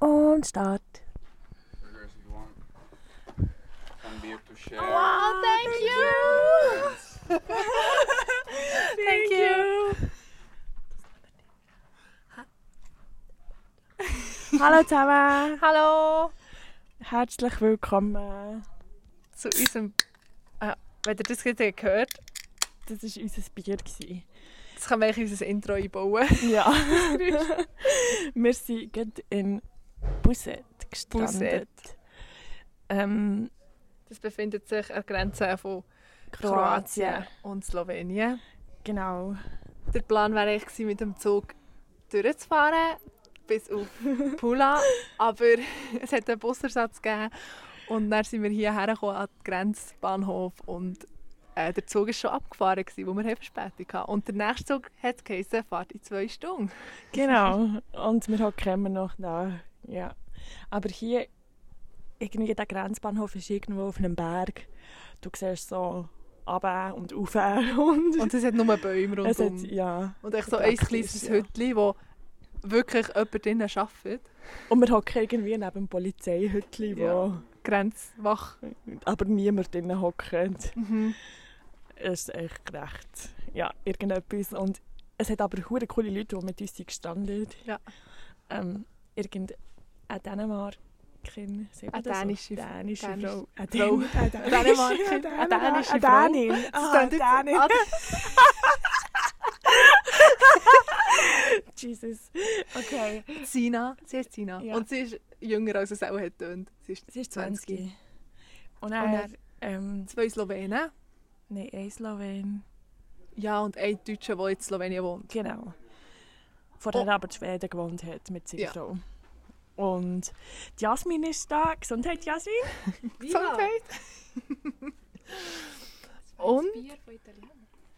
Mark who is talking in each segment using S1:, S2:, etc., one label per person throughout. S1: don't start.
S2: burgers if you want. And beer to share.
S3: Wow, thank you. Thank you.
S1: Hallo zusammen,
S3: Hallo.
S1: herzlich willkommen.
S3: Zu unserem. Ah, wenn ihr das gerade gehört,
S1: Das war unser Bier. Gewesen.
S3: das kann man eigentlich in unser Intro einbauen.
S1: Ja. Wir sind gerade in Busset gestrandet.
S3: Busset.
S1: Ähm,
S3: Das befindet sich an der Grenze von
S1: Kroatien.
S3: Kroatien und Slowenien.
S1: Genau.
S3: Der Plan wäre eigentlich gewesen, mit dem Zug durchzufahren bis auf Pula, aber es hat einen Busersatz gegeben und dann sind wir hierher gekommen an den Grenzbahnhof und äh, der Zug ist schon abgefahren, gewesen, wo wir haben Verspätung hatten. Und der nächste Zug hat geheißen, fahrt in zwei Stunden.
S1: Genau. Und wir hocken immer noch da. Ja. Aber hier, irgendwie der Grenzbahnhof ist irgendwo auf einem Berg. Du siehst so runter und rauf und...
S3: Und um es hat nur Bäume
S1: es hat,
S3: rundum.
S1: ja.
S3: Und echt so ein
S1: Praktisch,
S3: kleines
S1: ja.
S3: Hütchen, wo wirklich jemand drinnen arbeitet.
S1: Und wir hocken irgendwie neben dem Polizeihütli, wo
S3: Ja. Grenzwach.
S1: aber niemand drinnen hockt.
S3: Mhm.
S1: Es ist echt recht. Ja, irgendetwas. Und es hat aber hure coole Leute, die mit uns sind gestanden
S3: Ja.
S1: Ähm, irgend äh, eine Dänemarkerin. sagt man
S3: Eine
S1: das so?
S3: dänische-
S1: dänische
S3: dänisch-
S1: Frau. Eine
S3: Frau.
S1: Dän- eine dänische-
S3: Dänemarkerin.
S1: eine Dänemark-
S3: Eine dänische
S1: eine
S3: Frau.
S1: Dänin.
S3: Das
S1: Ah,
S3: klingt jetzt-
S1: Dänin.
S3: Ah,
S1: Jesus. Okay.
S3: Sina, sie heißt Sina.
S1: Ja.
S3: Und sie ist jünger, als es auch hat getönt. Sie ist
S1: Sie ist
S3: 20.
S1: 20. Und
S3: dann-
S1: er, ähm,
S3: Zwei Slowenen.
S1: nein, ein Slowen.
S3: Ja, und ein Deutscher, der in Slowenien wohnt.
S1: Genau. Vorher
S3: Oh.
S1: aber in Schweden gewohnt hat mit seiner
S3: Ja.
S1: Frau. Und die Jasmin ist da. Gesundheit, Jasmin.
S3: Gesundheit. und?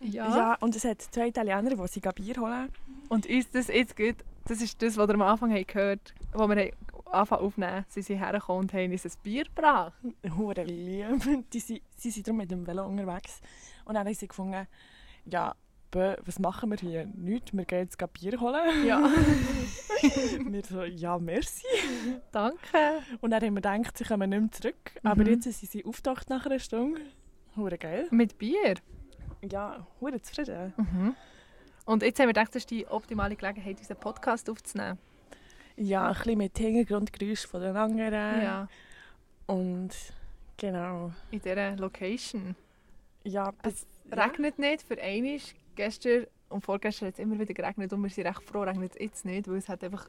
S3: Ja.
S1: Ja. und es hat zwei Italiener, die sie Bier holen.
S3: Und uns das jetzt gut, das ist das, was ihr am Anfang habt gehört wo wir haben angefangen aufnehmen. Sie sind hergekommen und haben uns ein Bier gebracht.
S1: Hure lieb. Die, sind- sie sind darum mit dem Velo unterwegs. Und dann haben sie gefunden, ja, bö, was machen wir hier? Nichts, wir gehen jetzt gerade Bier holen.
S3: Ja.
S1: wir so, ja, merci.
S3: Danke.
S1: Und dann haben wir gedacht, sie kommen nicht mehr zurück. Aber
S3: Mhm.
S1: jetzt sind sie aufgetaucht nach einer Stunde. Hure geil.
S3: Mit Bier. Mhm.
S1: Ja, hure zufrieden.
S3: Und jetzt haben wir gedacht, das ist die optimale Gelegenheit, unseren Podcast aufzunehmen.
S1: Ja, ein bisschen mit Hintergrundgeräusch von den anderen. Und genau.
S3: In dieser Location.
S1: Ja,
S3: Es
S1: ja.
S3: regnet nicht, für einmal. Gestern und vorgestern hat es immer wieder geregnet und wir sind recht froh, regnet es jetzt nicht, weil es hat einfach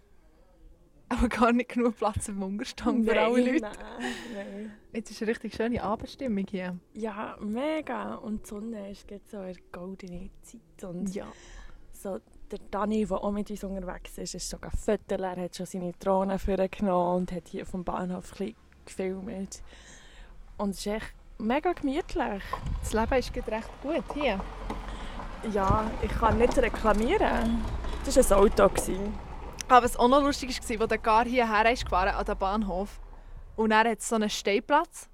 S3: aber gar nicht genug Platz im
S1: um
S3: Unterstand für alle Leute.
S1: Nein, nein.
S3: Jetzt ist eine richtig schöne Abendstimmung hier.
S1: Ja, mega. Und die Sonne ist jetzt so eine goldene Zeit. Und
S3: Ja.
S1: so der Dani, der auch mit uns unterwegs ist, ist sogar Viertel. Er hat schon seine Drohne vorgenommen und hat hier vom Bahnhof ein bisschen gefilmt. Und es ist echt mega gemütlich.
S3: Das Leben ist gerade recht gut hier.
S1: Ja, ich kann nicht reklamieren. Das war ein Auto. gewesen.
S3: Aber was auch noch lustig war, als der Gar hierher ist gefahren an den Bahnhof und er hat so einen Stehplatz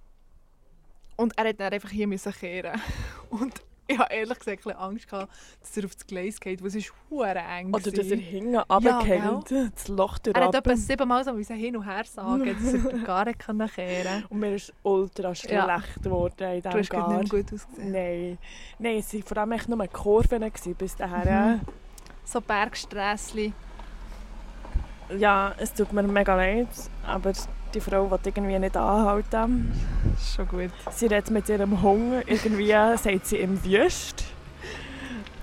S3: und er hat dann einfach hier müssen kehren. Und ich hatte ehrlich gesagt ein bisschen Angst, gehabt, dass er auf das Gleis geht, weil es ist verdammt eng
S1: Oder dass er
S3: gewesen.
S1: hinten runterfällt, das Loch durch.
S3: Er hat etwa siebenmal so müssen hin und her sagen, dass er den Gar nicht kehren konnte.
S1: Und mir ist ultra schlecht geworden in
S3: Du
S1: diesem
S3: hast gerade
S1: Gar.
S3: nicht mehr gut ausgesehen.
S1: Nein. Nein, es waren vor allem echt nur Kurven gewesen bis dahin.
S3: So Bergsträssli. Mhm.
S1: Ja, es tut mir mega leid, aber die Frau will irgendwie nicht anhalten.
S3: Das ist schon gut.
S1: Sie redet mit ihrem Hunger, irgendwie sagt sie im Wüst.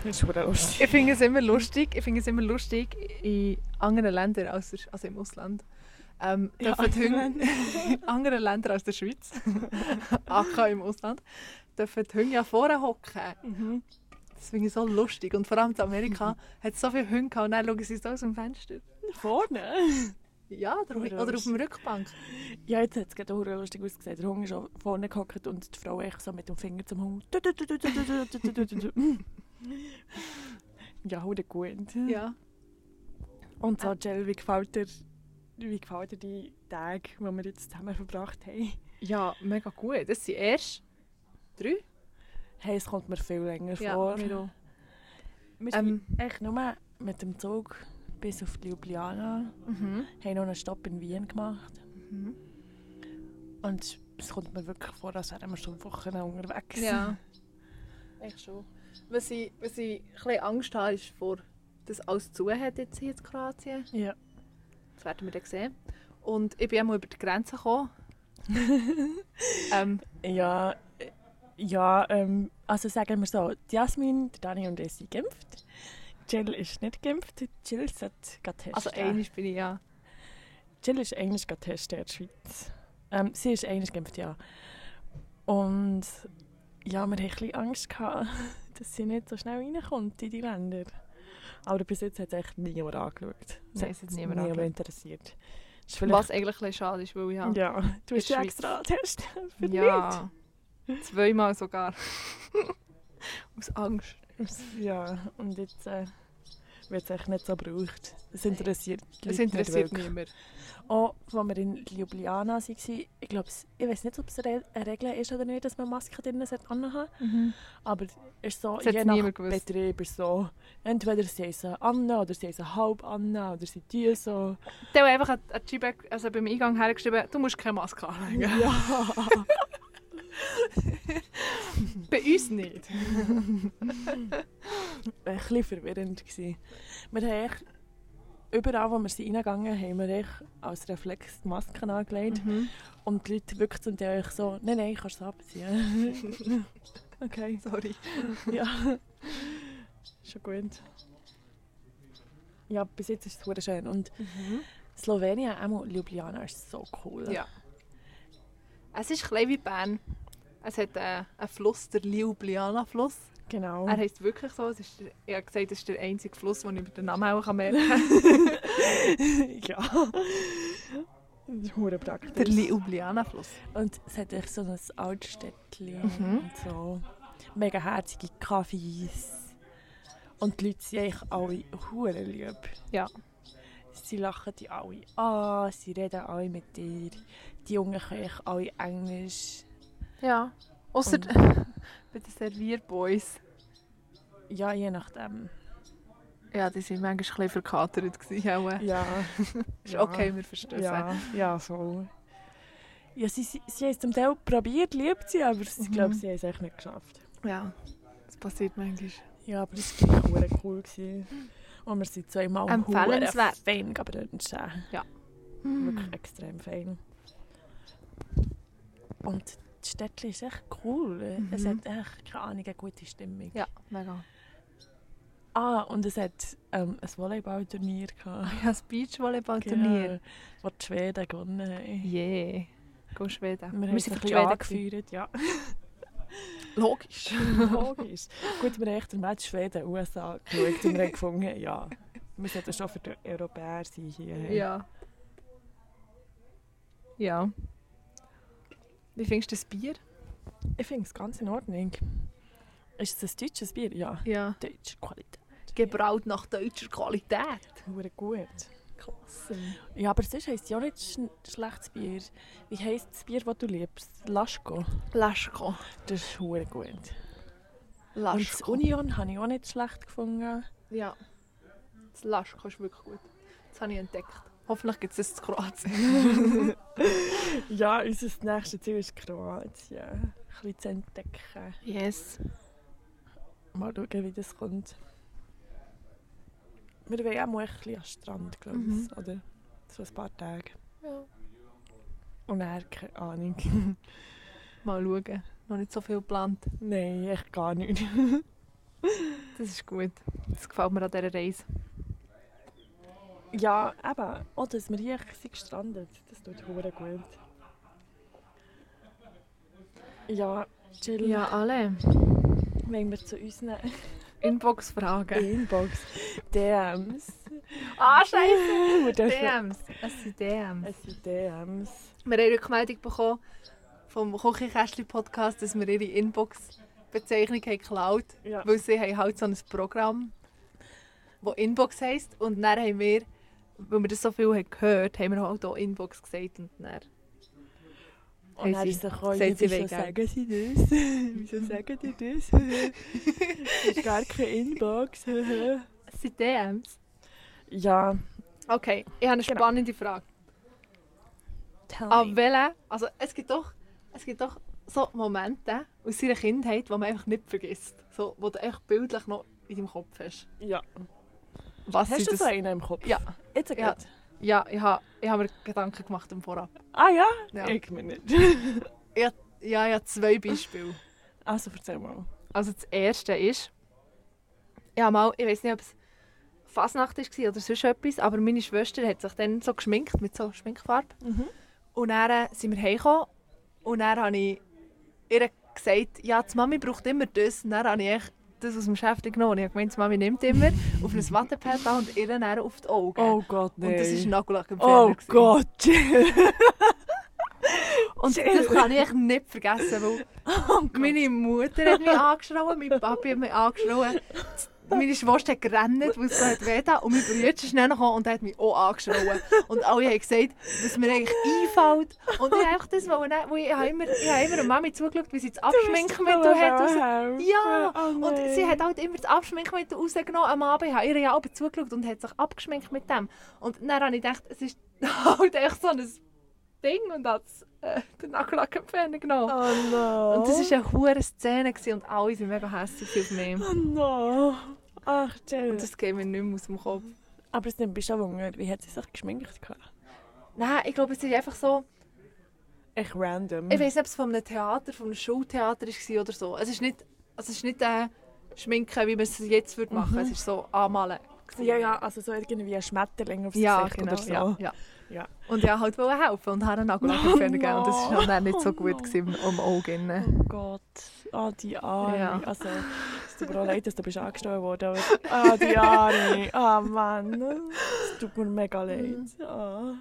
S1: Das ist super lustig.
S3: Ich finde es immer lustig. Ich finde es immer lustig in anderen Ländern als, also im Ausland. Ähm,
S1: Ja,
S3: dürfen die
S1: anderen
S3: Hunde, in anderen Ländern als der Schweiz, AK im Ausland, dürfen die Hunde ja vorne hocken.
S1: Mhm.
S3: Das finde ich so lustig. Und vor allem in Amerika hat es so viele Hunde gehabt und dann schauen sie so aus dem Fenster.
S1: Vorne?
S3: Ja, der Hund-
S1: Oder
S3: oder auf
S1: aus-
S3: dem Rückbank.
S1: Ja, jetzt hat es gerade verdammt lustig ausgesehen. Der Hunger ist auch vorne gehockt und die Frau echt so mit dem Finger zum Hunger. Du, du, du, du, du, du, du, du, du, du. Ja, verdammt gut.
S3: Ja.
S1: Und so, Jill, wie gefällt dir, wie gefällt dir die Tage, die wir jetzt zusammen verbracht haben?
S3: ja, mega gut. Das sind erst drei.
S1: Hey, es kommt mir viel länger
S3: Ja,
S1: vor.
S3: mir auch.
S1: Wir sind
S3: Ähm,
S1: echt nur mit dem Zug bis auf die Ljubljana,
S3: Mhm.
S1: haben noch einen Stopp in Wien gemacht.
S3: Mhm.
S1: Und es kommt mir wirklich vor, als wären wir schon Wochen unterwegs.
S3: Ja. Echt schon. Was ich, was ich ein bisschen Angst habe, ist vor, dass alles zu hat jetzt hier in Kroatien.
S1: Ja.
S3: Das werden wir dann sehen. Und ich bin einmal über die Grenze gekommen. ähm,
S1: Ja, äh, ja ähm, also sagen wir so, die Jasmin, der Dani und ich sind geimpft. Jill ist nicht geimpft, Jill sollte gerade testen.
S3: also einmal bin ich ja.
S1: Jill ist eigentlich gerade testen in der Schweiz. Ähm, sie ist eigentlich geimpft, ja. Und ja, wir hatten ein bisschen Angst, gehabt, dass sie nicht so schnell reinkommt in die Länder. Aber bis jetzt hat es echt niemand angeschaut.
S3: Nein, es hat niemand angeschaut.
S1: interessiert. Ist vielleicht-
S3: Was eigentlich ein bisschen schade ist, weil ich habe-
S1: Ja, du hast
S3: In
S1: ja
S3: der
S1: extra testen für
S3: Ja. Zweimal sogar. Aus Angst.
S1: nichts. Ja, und jetzt äh, wird es echt nicht so gebraucht. Es interessiert die
S3: Das
S1: Leute nicht
S3: interessiert
S1: wirklich.
S3: niemand.
S1: Auch, als wir Oh, in Ljubljana waren, ich glaube, ich weiß nicht, ob es eine Re- eine Regel ist oder nicht, dass man Masken drinnen anhaben sollte.
S3: Mhm.
S1: Aber es ist so,
S3: Das hat's
S1: je nach
S3: niemand gewusst.
S1: Betrieb ist so. Entweder sie sie an oder sie sie halb an oder sie die so.
S3: Dann habe ich einfach an die Scheibe, also beim Eingang hergeschrieben, du musst keine Maske anlegen.
S1: Ja.
S3: Bei uns nicht.
S1: ein bisschen verwirrend. Gewesen. Wir haben echt, überall, wo wir sie reingegangen sind, haben wir echt als Reflex die Masken angelegt.
S3: Mhm.
S1: Und die Leute wirklich zum Teil echt so, nein, nein, kannst du es abziehen. okay,
S3: Sorry.
S1: ja. Schon gut. Ja, bis jetzt ist es super schön. Und Slowenien, auch Ljubljana, ist so cool.
S3: Mhm. Ja. Es ist klein wie Bern. Es hat äh, einen Fluss, der Ljubljana-Fluss.
S1: Genau.
S3: Er heisst wirklich so. Es ist der, ich habe gesagt, es ist der einzige Fluss, den ich mit dem Namen auch merken kann.
S1: ja. Das ist hure praktisch.
S3: der Ljubljana-Fluss.
S1: Und es hat echt so ein Altstädtchen
S3: Mhm.
S1: und so. Mega herzige Kaffees. Und die Leute sind eigentlich alle hure lieb.
S3: Ja.
S1: Sie lachen die alle an, sie reden alle mit dir. Die Jungen können echt alle Englisch.
S3: Ja. Außer
S1: Und-
S3: bei den Servierboys.
S1: Ja, je nachdem.
S3: Ja, die waren manchmal ein bisschen verkatert. Gewesen, auch.
S1: Ja.
S3: Äh. Ist okay, wir verstehen es.
S1: Ja, ja, voll. Ja, sie, sie, sie haben es zum Teil probiert, liebt sie, aber ich
S3: Mhm.
S1: glaube, sie haben es echt nicht geschafft.
S3: Ja, das passiert manchmal.
S1: Ja, aber das war gleich verdammt cool. Gewesen. Und wir sind zweimal verdammt
S3: Empfehlenswert.
S1: fein gebrunchen.
S3: Mm. Hm.
S1: Wirklich extrem fein. Und das Städtchen ist echt cool.
S3: Mhm.
S1: Es hat echt, keine Ahnung, eine gute Stimmung.
S3: Ja, mega.
S1: Ah, und es hat ähm, ein Volleyballturnier gehabt.
S3: Ja, das Beachvolleyballturnier.
S1: Genau, Wo die Schweden gewonnen haben.
S3: Yeah. Go Schweden.
S1: Wir, haben sind ein bisschen angefeuert, ja.
S3: gewesen. Logisch.
S1: Logisch. Gut, wir haben echt den Match Schweden-USA geschaut und wir haben gefunden, ja, wir sollten schon für die Europäer sein hier.
S3: Ja. Ja. Wie findest du das Bier?
S1: Ich finde es ganz in Ordnung. Ist es ein deutsches Bier? Ja,
S3: Ja.
S1: deutsche Qualität.
S3: Gebraut nach deutscher Qualität.
S1: Hure gut.
S3: Klasse.
S1: Ja, aber sonst heisst es ja nicht sch schlechtes Bier. Wie heisst das Bier, das du liebst? Laschko.
S3: Laschko.
S1: Das ist hure gut. Und das
S3: Laschko.
S1: Union habe ich auch nicht schlecht gefunden.
S3: Ja. Das Laschko ist wirklich gut. Das habe ich entdeckt. Hoffentlich gibt es das in Kroatien.
S1: Ja, unser nächstes Ziel ist Kroatien. Ein bisschen zu entdecken.
S3: Yes.
S1: Mal schauen, wie das kommt. Wir wollen auch mal ein bisschen an den Strand, glaube ich.
S3: Mhm.
S1: Oder so ein paar Tage.
S3: Ja.
S1: Und er keine Ahnung.
S3: Mal schauen. Noch nicht so viel geplant.
S1: Nein, echt gar nicht.
S3: Das ist gut. Das gefällt mir an dieser Reise.
S1: Ja, eben. Oh, dass wir hier sind gestrandet, das tut hure gut. Ja, chill.
S3: alle.
S1: Wenn wir zu unseren
S3: Inbox-Fragen.
S1: Inbox, DMs,
S3: Ah, scheiße.
S1: wir dürfen,
S3: DMs. Es sind DMs.
S1: es sind DMs.
S3: Wir haben Rückmeldung bekommen vom Küchenkästchen-Podcast, dass wir ihre Inbox-Bezeichnung haben geklaut haben,
S1: Ja,
S3: weil sie haben halt so ein Programm das Inbox heisst. Und dann haben wir, weil wir das so viel haben gehört haben, wir halt auch Inbox gesagt. Und dann,
S1: und
S3: haben
S1: dann
S3: sie-
S1: ist auch
S3: sagt sie
S1: wieso
S3: wegen.
S1: sagen sie das? wieso sagen dus. die dus. das? das ist gar keine Inbox.
S3: es sind DMs.
S1: Ja,
S3: Okay, ich habe eine
S1: Genau.
S3: spannende Frage.
S1: tell
S3: Ab
S1: me.
S3: welchen, also es gibt doch, es gibt doch so Momente aus seiner Kindheit, die man einfach nicht vergisst. So, wo du echt bildlich noch in deinem Kopf hast.
S1: Ja.
S3: Was
S1: Hast
S3: sind
S1: du so einen im Kopf?
S3: Ja.
S1: Jetzt a
S3: Ja.
S1: good.
S3: Ja, ich habe ich hab mir Gedanken gemacht im Vorab.
S1: Ah ja?
S3: Ja.
S1: Ich mir nicht.
S3: Ja, ja, zwei Beispiele.
S1: Also erzähl mal.
S3: Also das erste ist, ja mal, ich weiß nicht, ob es Fasnacht war oder sonst etwas, aber meine Schwester hat sich dann so geschminkt mit so Schminkfarbe.
S1: Mhm.
S3: Und dann äh, sind wir heimgekommen und dann habe ich ihr gesagt, ja, die Mami braucht immer das. Und dann habe ich echt das aus dem Schäftchen genommen. Ich habe gemeint, die Mami nimmt immer auf ein Wattepad an und ihr dann auf die Augen.
S1: Oh Gott, nein.
S3: und das war ein Nagellack im
S1: Oh
S3: Fernsehen.
S1: Gott,
S3: Und das
S1: Schäfer.
S3: kann ich echt nicht vergessen, weil meine Mutter hat mich angeschrien, mein Papi hat mich angeschrien, meine Schwester hat gerannt, weil es so hat weh und mein Bruder ist schnell gekommen und hat mich auch angeschrien. Und alle haben gesagt, was mir eigentlich einfällt. Und ich habe einfach das, weil ich, weil ich, habe immer, ich habe immer der Mami zugeschaut, wie sie das Abschminkmittel hat. raus- Ja,
S1: Oh
S3: und sie hat halt immer das Abschminkmittel rausgenommen am Abend. Ich habe ihr ja auch zugeschaut und hat sich abgeschminkt mit dem. Und dann habe ich gedacht, es ist halt echt so ein Ding und hat es, äh, den Nagellack entfernt genommen.
S1: Oh no.
S3: Und das war eine hohe Szene gewesen und alle waren mega hässlich auf mich.
S1: Oh no. Ach, Jill.
S3: Und das geht mir nicht mehr aus dem Kopf.
S1: Aber es nimmt mich schon Wunder, wie hat sie sich geschminkt? gehabt?
S3: Nein, ich glaube, es ist einfach so...
S1: Echt random.
S3: Ich weiß nicht, ob es von einem Theater, von einem Schultheater war oder so. Es ist nicht, also es ist nicht äh, Schminken, wie man es jetzt würde machen Es ist so anmalen. gewesen.
S1: Ja, ja, also so irgendwie ein Schmetterling aufs
S3: Ja,
S1: Gesicht
S3: genau.
S1: oder so.
S3: Ja, ja.
S1: Ja.
S3: Und ja, halt wollte helfen und habe einen Nagellack
S1: Oh
S3: entfernen gegeben. Und das war dann nicht so
S1: no.
S3: gut gewesen um Augen.
S1: Oh Gott, ah die Arme.
S3: Ja.
S1: Also, es tut mir auch leid, dass du bist angestellt worden aber ah die Arme, ah Mann. Es tut mir mega leid.
S3: Mhm.
S1: Ah.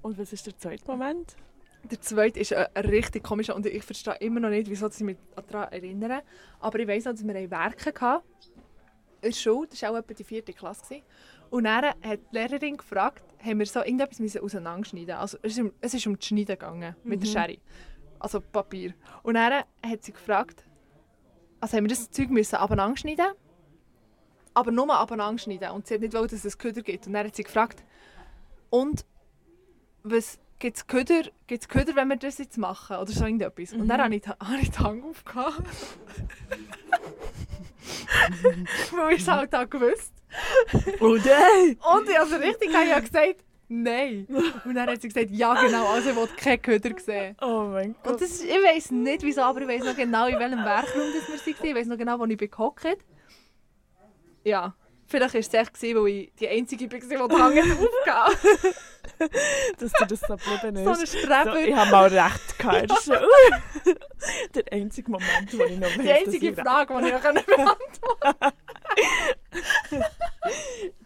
S1: Und was ist der zweite Moment?
S3: Der zweite ist ein ein richtig komischer und ich verstehe immer noch nicht, wieso sie mich daran erinnern. Aber ich weiß noch, dass wir ein Werke hatten in der Schule. Das war auch etwa die vierte Klasse. gewesen. Und dann hat die Lehrerin gefragt, haben wir so irgendetwas müssen auseinanderschneiden Also es ist um, es ist um das Schneiden gegangen, mit der Schere. Also Papier. Und dann hat sie gefragt, also haben wir das Zeug müssen abeinanderschneiden aber nur abeinanderschneiden. Und sie hat nicht wollen, dass es Köder gibt. Und dann hat sie gefragt, und was gibt es Köder, gibt's Köder, wenn wir das jetzt machen? Oder so irgendetwas. Und dann habe ich, die- habe ich die Hand aufgehauen. Weil ich es halt auch gewusst
S1: Oh nein!
S3: Und ich also richtig habe ich ja gesagt, nein. Und dann hat sie gesagt, ja genau, also ich wollte keinen Köder sehen.
S1: Oh mein
S3: Und
S1: Gott.
S3: das ist, ich weiß nicht wieso, aber ich weiß noch genau, in welchem Werkraum das wir waren. Ich weiß noch genau, wo ich gehockt habe. Ja, vielleicht war es echt, gewesen, weil ich die Einzige war, die die Hand aufgehauen hat.
S1: dass du das so geblieben
S3: So ein
S1: ist.
S3: Streber.
S1: So, ich habe mal recht gehabt. Das ist so- der einzige Moment, wo ich noch weiß,
S3: Die einzige
S1: dass ich
S3: Frage, die ich beantworten konnte.
S1: recht bin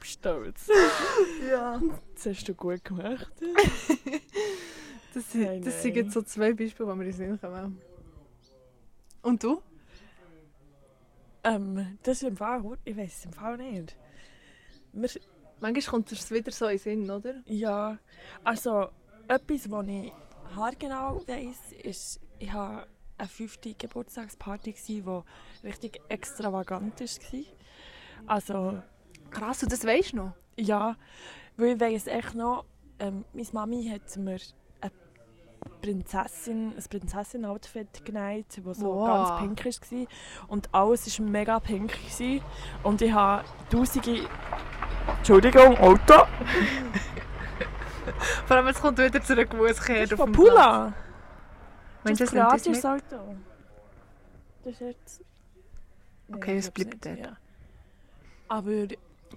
S1: stolz.
S3: Ja.
S1: Das hast du gut gemacht.
S3: Das,
S1: Nein,
S3: sind, das sind
S1: nein.
S3: jetzt so zwei Beispiele, die mir in den Sinn kommen. Und du?
S1: Ähm, das ist im Fall, ich weiß es im Fall nicht. Wir
S3: Manchmal kommt es wieder so in den Sinn, oder?
S1: Ja, also etwas, was ich haargenau weiss, ist, ich habe eine fünfte Geburtstagsparty, gsi, die richtig extravagant war. Also,
S3: Krass, und das weißt du noch?
S1: ja, weil ich weiss echt noch, ähm, meine Mami hat mir eine Prinzessin, ein Prinzessin-Outfit genäht, das so
S3: Wow.
S1: ganz pink war. Und alles war mega pink. gsi Und ich habe tausende... Entschuldigung, Auto!
S3: Vor allem, es kommt wieder zu einer Gewusskehrt
S1: Von Pula!
S3: Meinst du,
S1: das
S3: es nimmt das
S1: gratis
S3: mit?
S1: Auto. Das jetzt. Nein,
S3: Okay,
S1: ich
S3: es
S1: glaub's
S3: bleibt
S1: nicht,
S3: dort.
S1: Ja. Aber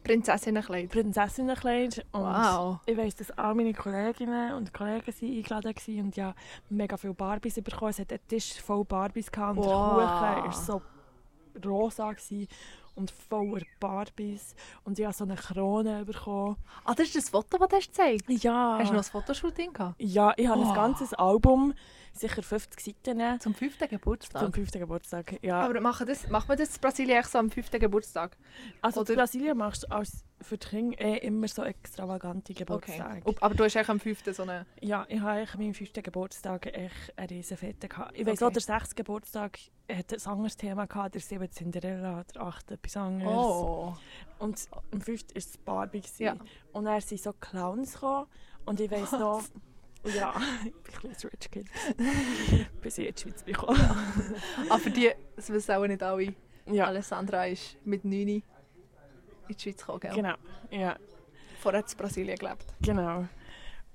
S3: Prinzessinnenkleid.
S1: Prinzessinnenkleid und
S3: Wow.
S1: ich weiss, dass all meine Kolleginnen und Kollegen sind eingeladen waren und ja mega viele Barbies bekommen. Es hat einen Tisch voll Barbies gehabt und
S3: Wow.
S1: der Kuchen war so rosa gewesen und voller Barbies und ich habe so eine Krone bekommen.
S3: Ah, das ist das Foto, das du hast gezeigt hast.
S1: Ja.
S3: Hast du noch ein Fotoshooting gehabt?
S1: Ja, ich habe
S3: Oh.
S1: ein ganzes Album sicher 50 Seiten
S3: Zum fünften Geburtstag.
S1: zum 5. Geburtstag. Ja.
S3: Aber machen das, macht man das in Brasilien echt so am fünften Geburtstag?
S1: also
S3: oder-
S1: in Brasilien machst du als für die Kinder eh immer so extravagante
S3: Okay.
S1: Geburtstage.
S3: Ob- Aber du hast echt am fünften so eine...
S1: Ja, ich habe eigentlich meinen 5. Geburtstag echt einen riesen Fete gehabt. Ich weiss
S3: Okay.
S1: auch, der 6. Geburtstag hat ein anderes Thema gehabt, der 7. Cinderella, der 8. etwas anderes.
S3: Oh.
S1: Und am 5. war es Barbie. gewesen.
S3: Ja.
S1: Und dann sind so Clowns gekommen. Und ich weiss noch... Ja, ich bin ein kleines Rich Kid. Bis ich in die Schweiz bin gekommen.
S3: Aber Ah, für die, das wissen auch nicht alle,
S1: Ja,
S3: Alessandra ist mit 9 in die Schweiz gekommen, gell?
S1: genau. Ja,
S3: Vorher in Brasilien gelebt.
S1: genau.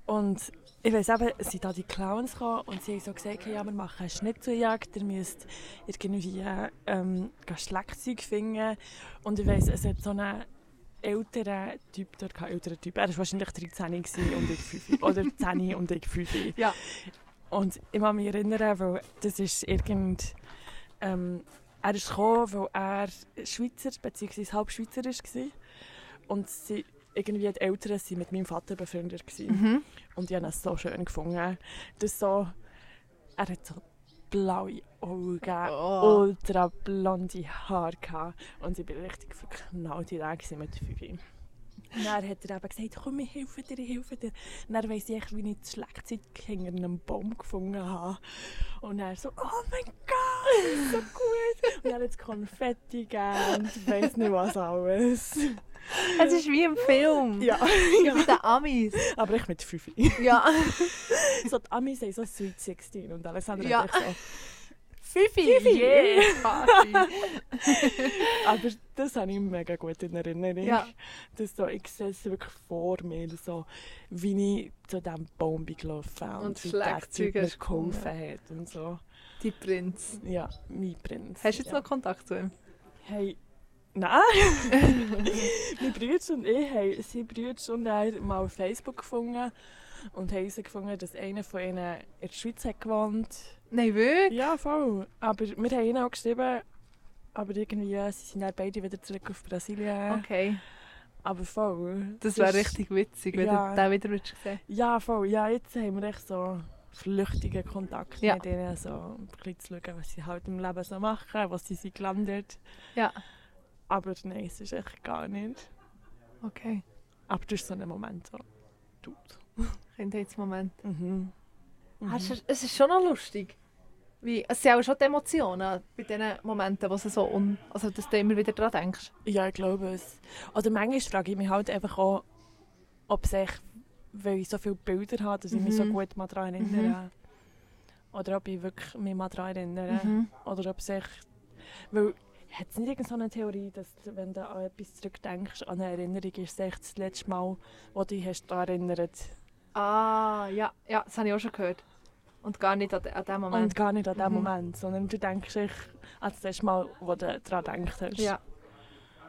S1: Und ich weiss eben, es sind da die Clowns gekommen und sie haben so gesagt, ja, wir machen eine Schnitzeljagd, ihr müsst irgendwie ähm, gehen Schleckzeug finden. Und ich weiss, es hat so einen älteren Typ dort, gehabt, älteren Typ, er war wahrscheinlich 13 gewesen und ich 5, oder 10 und ich 5.
S3: Ja.
S1: Und ich kann mich erinnern, weil das ist irgend... Ähm, er ist gekommen, weil er Schweizer bzw. halb Schweizer war. Und sie, irgendwie die Eltern waren mit meinem Vater befreundet. gewesen.
S3: Mhm.
S1: Und ich habe es so schön gefunden. Das so, er hat so blaue Augen,
S3: Oh.
S1: ultra blonde Haare gehabt. Und ich war richtig verknallt in den gewesen mit Fifi. Dann hat er eben gesagt, komm, ich helfe dir, ich helfe dir. Und dann weiss ich, echt, wie ich das Schlagzeug hinter einem Baum gefunden habe. Und er so, oh mein Gott, so gut. Und er hat es Konfetti gegeben und weiss nicht was alles.
S3: Es ist wie im Film.
S1: Ja,
S3: Ja, mit den Amis.
S1: aber ich mit Fifi.
S3: Ja.
S1: So, die Amis haben so Sweet 16 und Alessandra
S3: Ja.
S1: hat echt so...
S3: Fifi!
S1: Fifi.
S3: Yeah, Party.
S1: Aber das habe ich mega gut in Erinnerung.
S3: Ja.
S1: Das so, ich sehe es wirklich vor mir, so, wie ich zu diesem Baum bin gelaufen und,
S3: Und
S1: wie der
S3: Schlagzeug
S1: Typ mir
S3: hast gefunden.
S1: geholfen hat und so.
S3: Die Prinz.
S1: Ja, mein Prinz.
S3: Hast du jetzt
S1: ja.
S3: noch Kontakt zu ihm?
S1: Hey, nein! mein Bruder und ich haben seinen Bruder und er mal auf Facebook gefunden und haben herausgefunden, dass einer von ihnen in der Schweiz hat gewohnt hat.
S3: Nein, wirklich?
S1: Ja, voll. Aber wir haben ihnen auch geschrieben, aber irgendwie äh, sie sind dann beide wieder zurück auf Brasilien.
S3: Okay.
S1: Aber voll.
S3: Das
S1: Es
S3: wäre
S1: ist-
S3: richtig witzig, wenn
S1: Ja.
S3: du den wieder würdest sehen
S1: Ja, voll. Ja, jetzt haben wir echt so flüchtigen Kontakt
S3: Ja.
S1: mit ihnen. So, um ein bisschen zu schauen, was sie halt im Leben so machen, was sie sind gelandet.
S3: Ja.
S1: Aber nein, es ist echt gar nicht.
S3: Okay.
S1: Aber das ist so ein Moment, so. Tut.
S3: Kindheitsmoment.
S1: Mhm. Mhm.
S3: Hast du- Es ist schon noch lustig. Wie, es sind auch schon die Emotionen bei diesen Momenten, wo du so un, also, dass du immer wieder daran denkst.
S1: Ja, ich glaube es. Oder manchmal frage ich mich halt einfach auch, ob es echt, weil ich so viele Bilder habe, dass ich mich so
S3: Mhm.
S1: gut mal daran erinnere. Oder ob ich wirklich mich mal daran erinnere.
S3: Mhm.
S1: Oder ob es echt... Weil, hat es nicht irgendeine Theorie, dass du, wenn du an etwas zurückdenkst, an eine Erinnerung, ist es echt das letzte Mal, wo du dich hast daran erinnert
S3: Ah, ja, ja, das habe ich auch schon gehört. Und gar nicht an, de- an dem Moment.
S1: Und gar nicht an dem
S3: Mhm.
S1: Moment, sondern du denkst dich an das letzte Mal, wo du daran gedacht hast.
S3: ja,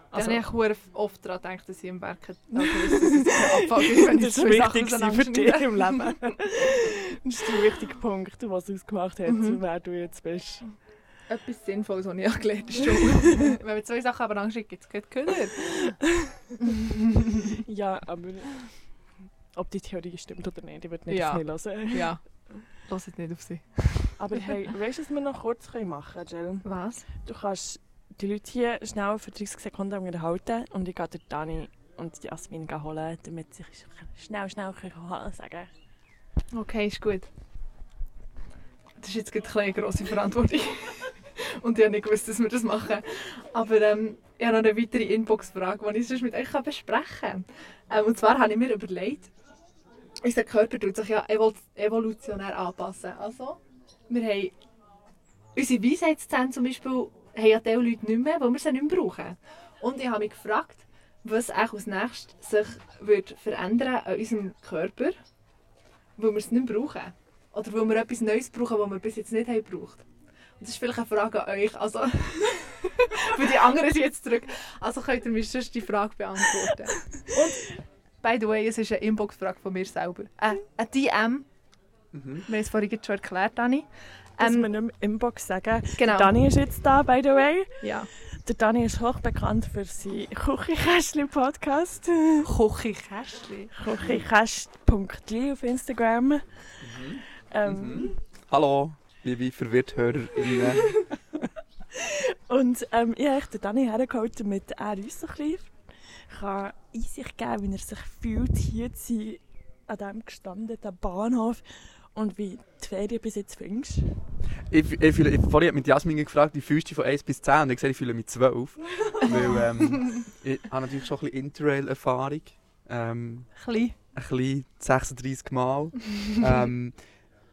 S1: Also-
S3: also, ich habe ich oft daran gedacht, dass ich im Werk noch gewusst, dass es kein Abfall ist, wenn ich
S1: das ist
S3: zwei Sachen
S1: wichtig gewesen für dich
S3: auseinanderschneide.
S1: im Leben. das ist der wichtige Punkt, der es ausgemacht hat,
S3: Mhm.
S1: wer du jetzt bist.
S3: Etwas Sinnvolles, was ich auch gelernt habe. wenn wir zwei Sachen aber anschicken, gibt es keine Kinder.
S1: Ja, aber ob die Theorie stimmt oder nicht, ich würde nicht
S3: Ja.
S1: schnell hören.
S3: Ja, hört nicht auf sie.
S1: Aber hey, weißt du, was wir noch kurz können machen können,
S3: Was?
S1: Jill? Du kannst die Leute hier schnell für 30 Sekunden unterhalten und ich gehe dir Dani und die Jasmin gehen holen, damit sie sich schnell, schnell können Hallo sagen
S3: Okay, ist gut. Das ist jetzt gerade eine kleine grosse Verantwortung. Und ich habe nicht gewusst, dass wir das machen. Aber ähm, ich habe noch eine weitere Inbox-Frage, die ich sonst mit euch kann besprechen kann. Ähm, und zwar habe ich mir überlegt, unser Körper tut sich ja evol evolutionär anpassen. Also, wir haben unsere Weisheitszähne zum Beispiel haben ja diese Leute nicht mehr, weil wir sie nicht mehr brauchen. Und ich habe mich gefragt, was auch als nächstes sich würde verändern an unserem Körper weil wir es nicht brauchen. Oder weil wir etwas Neues brauchen, das wir bis jetzt nicht haben gebraucht. Und das ist vielleicht eine Frage an euch. Also, für die anderen sind jetzt zurück. Also könnt ihr mir sonst die Frage beantworten. Und, by the way, es ist eine Inbox-Frage von mir selber. Äh, eine DM. Wir haben es vorhin schon erklärt, Dani.
S1: Dass
S3: Ähm,
S1: wir nicht mehr Inbox sagen.
S3: Genau.
S1: Dani ist jetzt da, by the way.
S3: Ja.
S1: Der Dani ist hochbekannt für seinen Küchenkästchen-Podcast.
S3: Kochi-Kästchen.
S2: Mhm.
S1: Küchenkästchen.li auf Instagram. Ähm,
S2: Hallo, liebe VerwirrthörerInnen.
S1: Und ähm, ich habe den Dani hergeholt, damit er uns so ein bisschen kann Einsicht geben kann, wie er sich fühlt, hier zu sein, an diesem gestandenen Bahnhof. Und wie die Ferien bis jetzt findest.
S2: Ich, ich fühle, ich, vorhin hat mich die Jasmin gefragt, wie fühlst du dich von 1 bis 10? Und ich sage, ich fühle mich 12. weil ähm, ich habe natürlich schon ein bisschen Interrail-Erfahrung. Ähm,
S3: Klein.
S2: ein bisschen 36 Mal. ähm,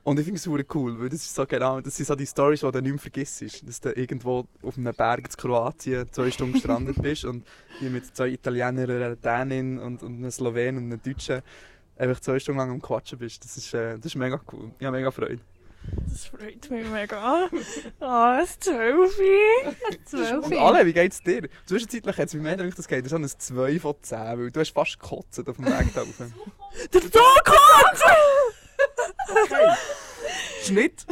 S2: und ich finde es super cool, weil das ist so genau, das sind so die Stories, die du nicht mehr vergisst. Dass du irgendwo auf einem Berg in Kroatien zwei Stunden gestrandet bist und die mit zwei Italienern, einer Dänin und, und einem Slowenen und einem Deutschen einfach zwei Stunden lang am Quatschen bist. Das ist, äh, das ist mega cool. Ich habe mega Freude.
S1: Das freut mich mega. Ah, ein Zwölfi.
S3: Zwölf.
S2: Und alle, wie geht's dir? Zwischenzeitlich hat es mich mehr gedacht, das geht so ein 2 von 10, weil du hast fast gekotzt auf dem Weg da rauf.
S1: Der Dokot!
S2: Okay. Schnitt.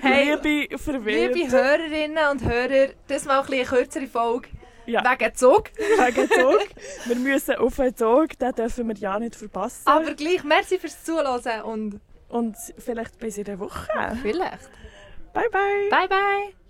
S3: Hey,
S1: Liebe verwirrt.
S3: liebe Hörerinnen und Hörer, das mal ein bisschen eine kürzere Folge
S1: Ja,
S3: wegen Zug.
S1: wegen Zug. Wir müssen auf den Zug, den dürfen wir ja nicht verpassen.
S3: Aber gleich, merci fürs Zuhören und
S1: Und vielleicht bis in der Woche.
S3: vielleicht.
S1: Bye, bye.
S3: Bye, bye.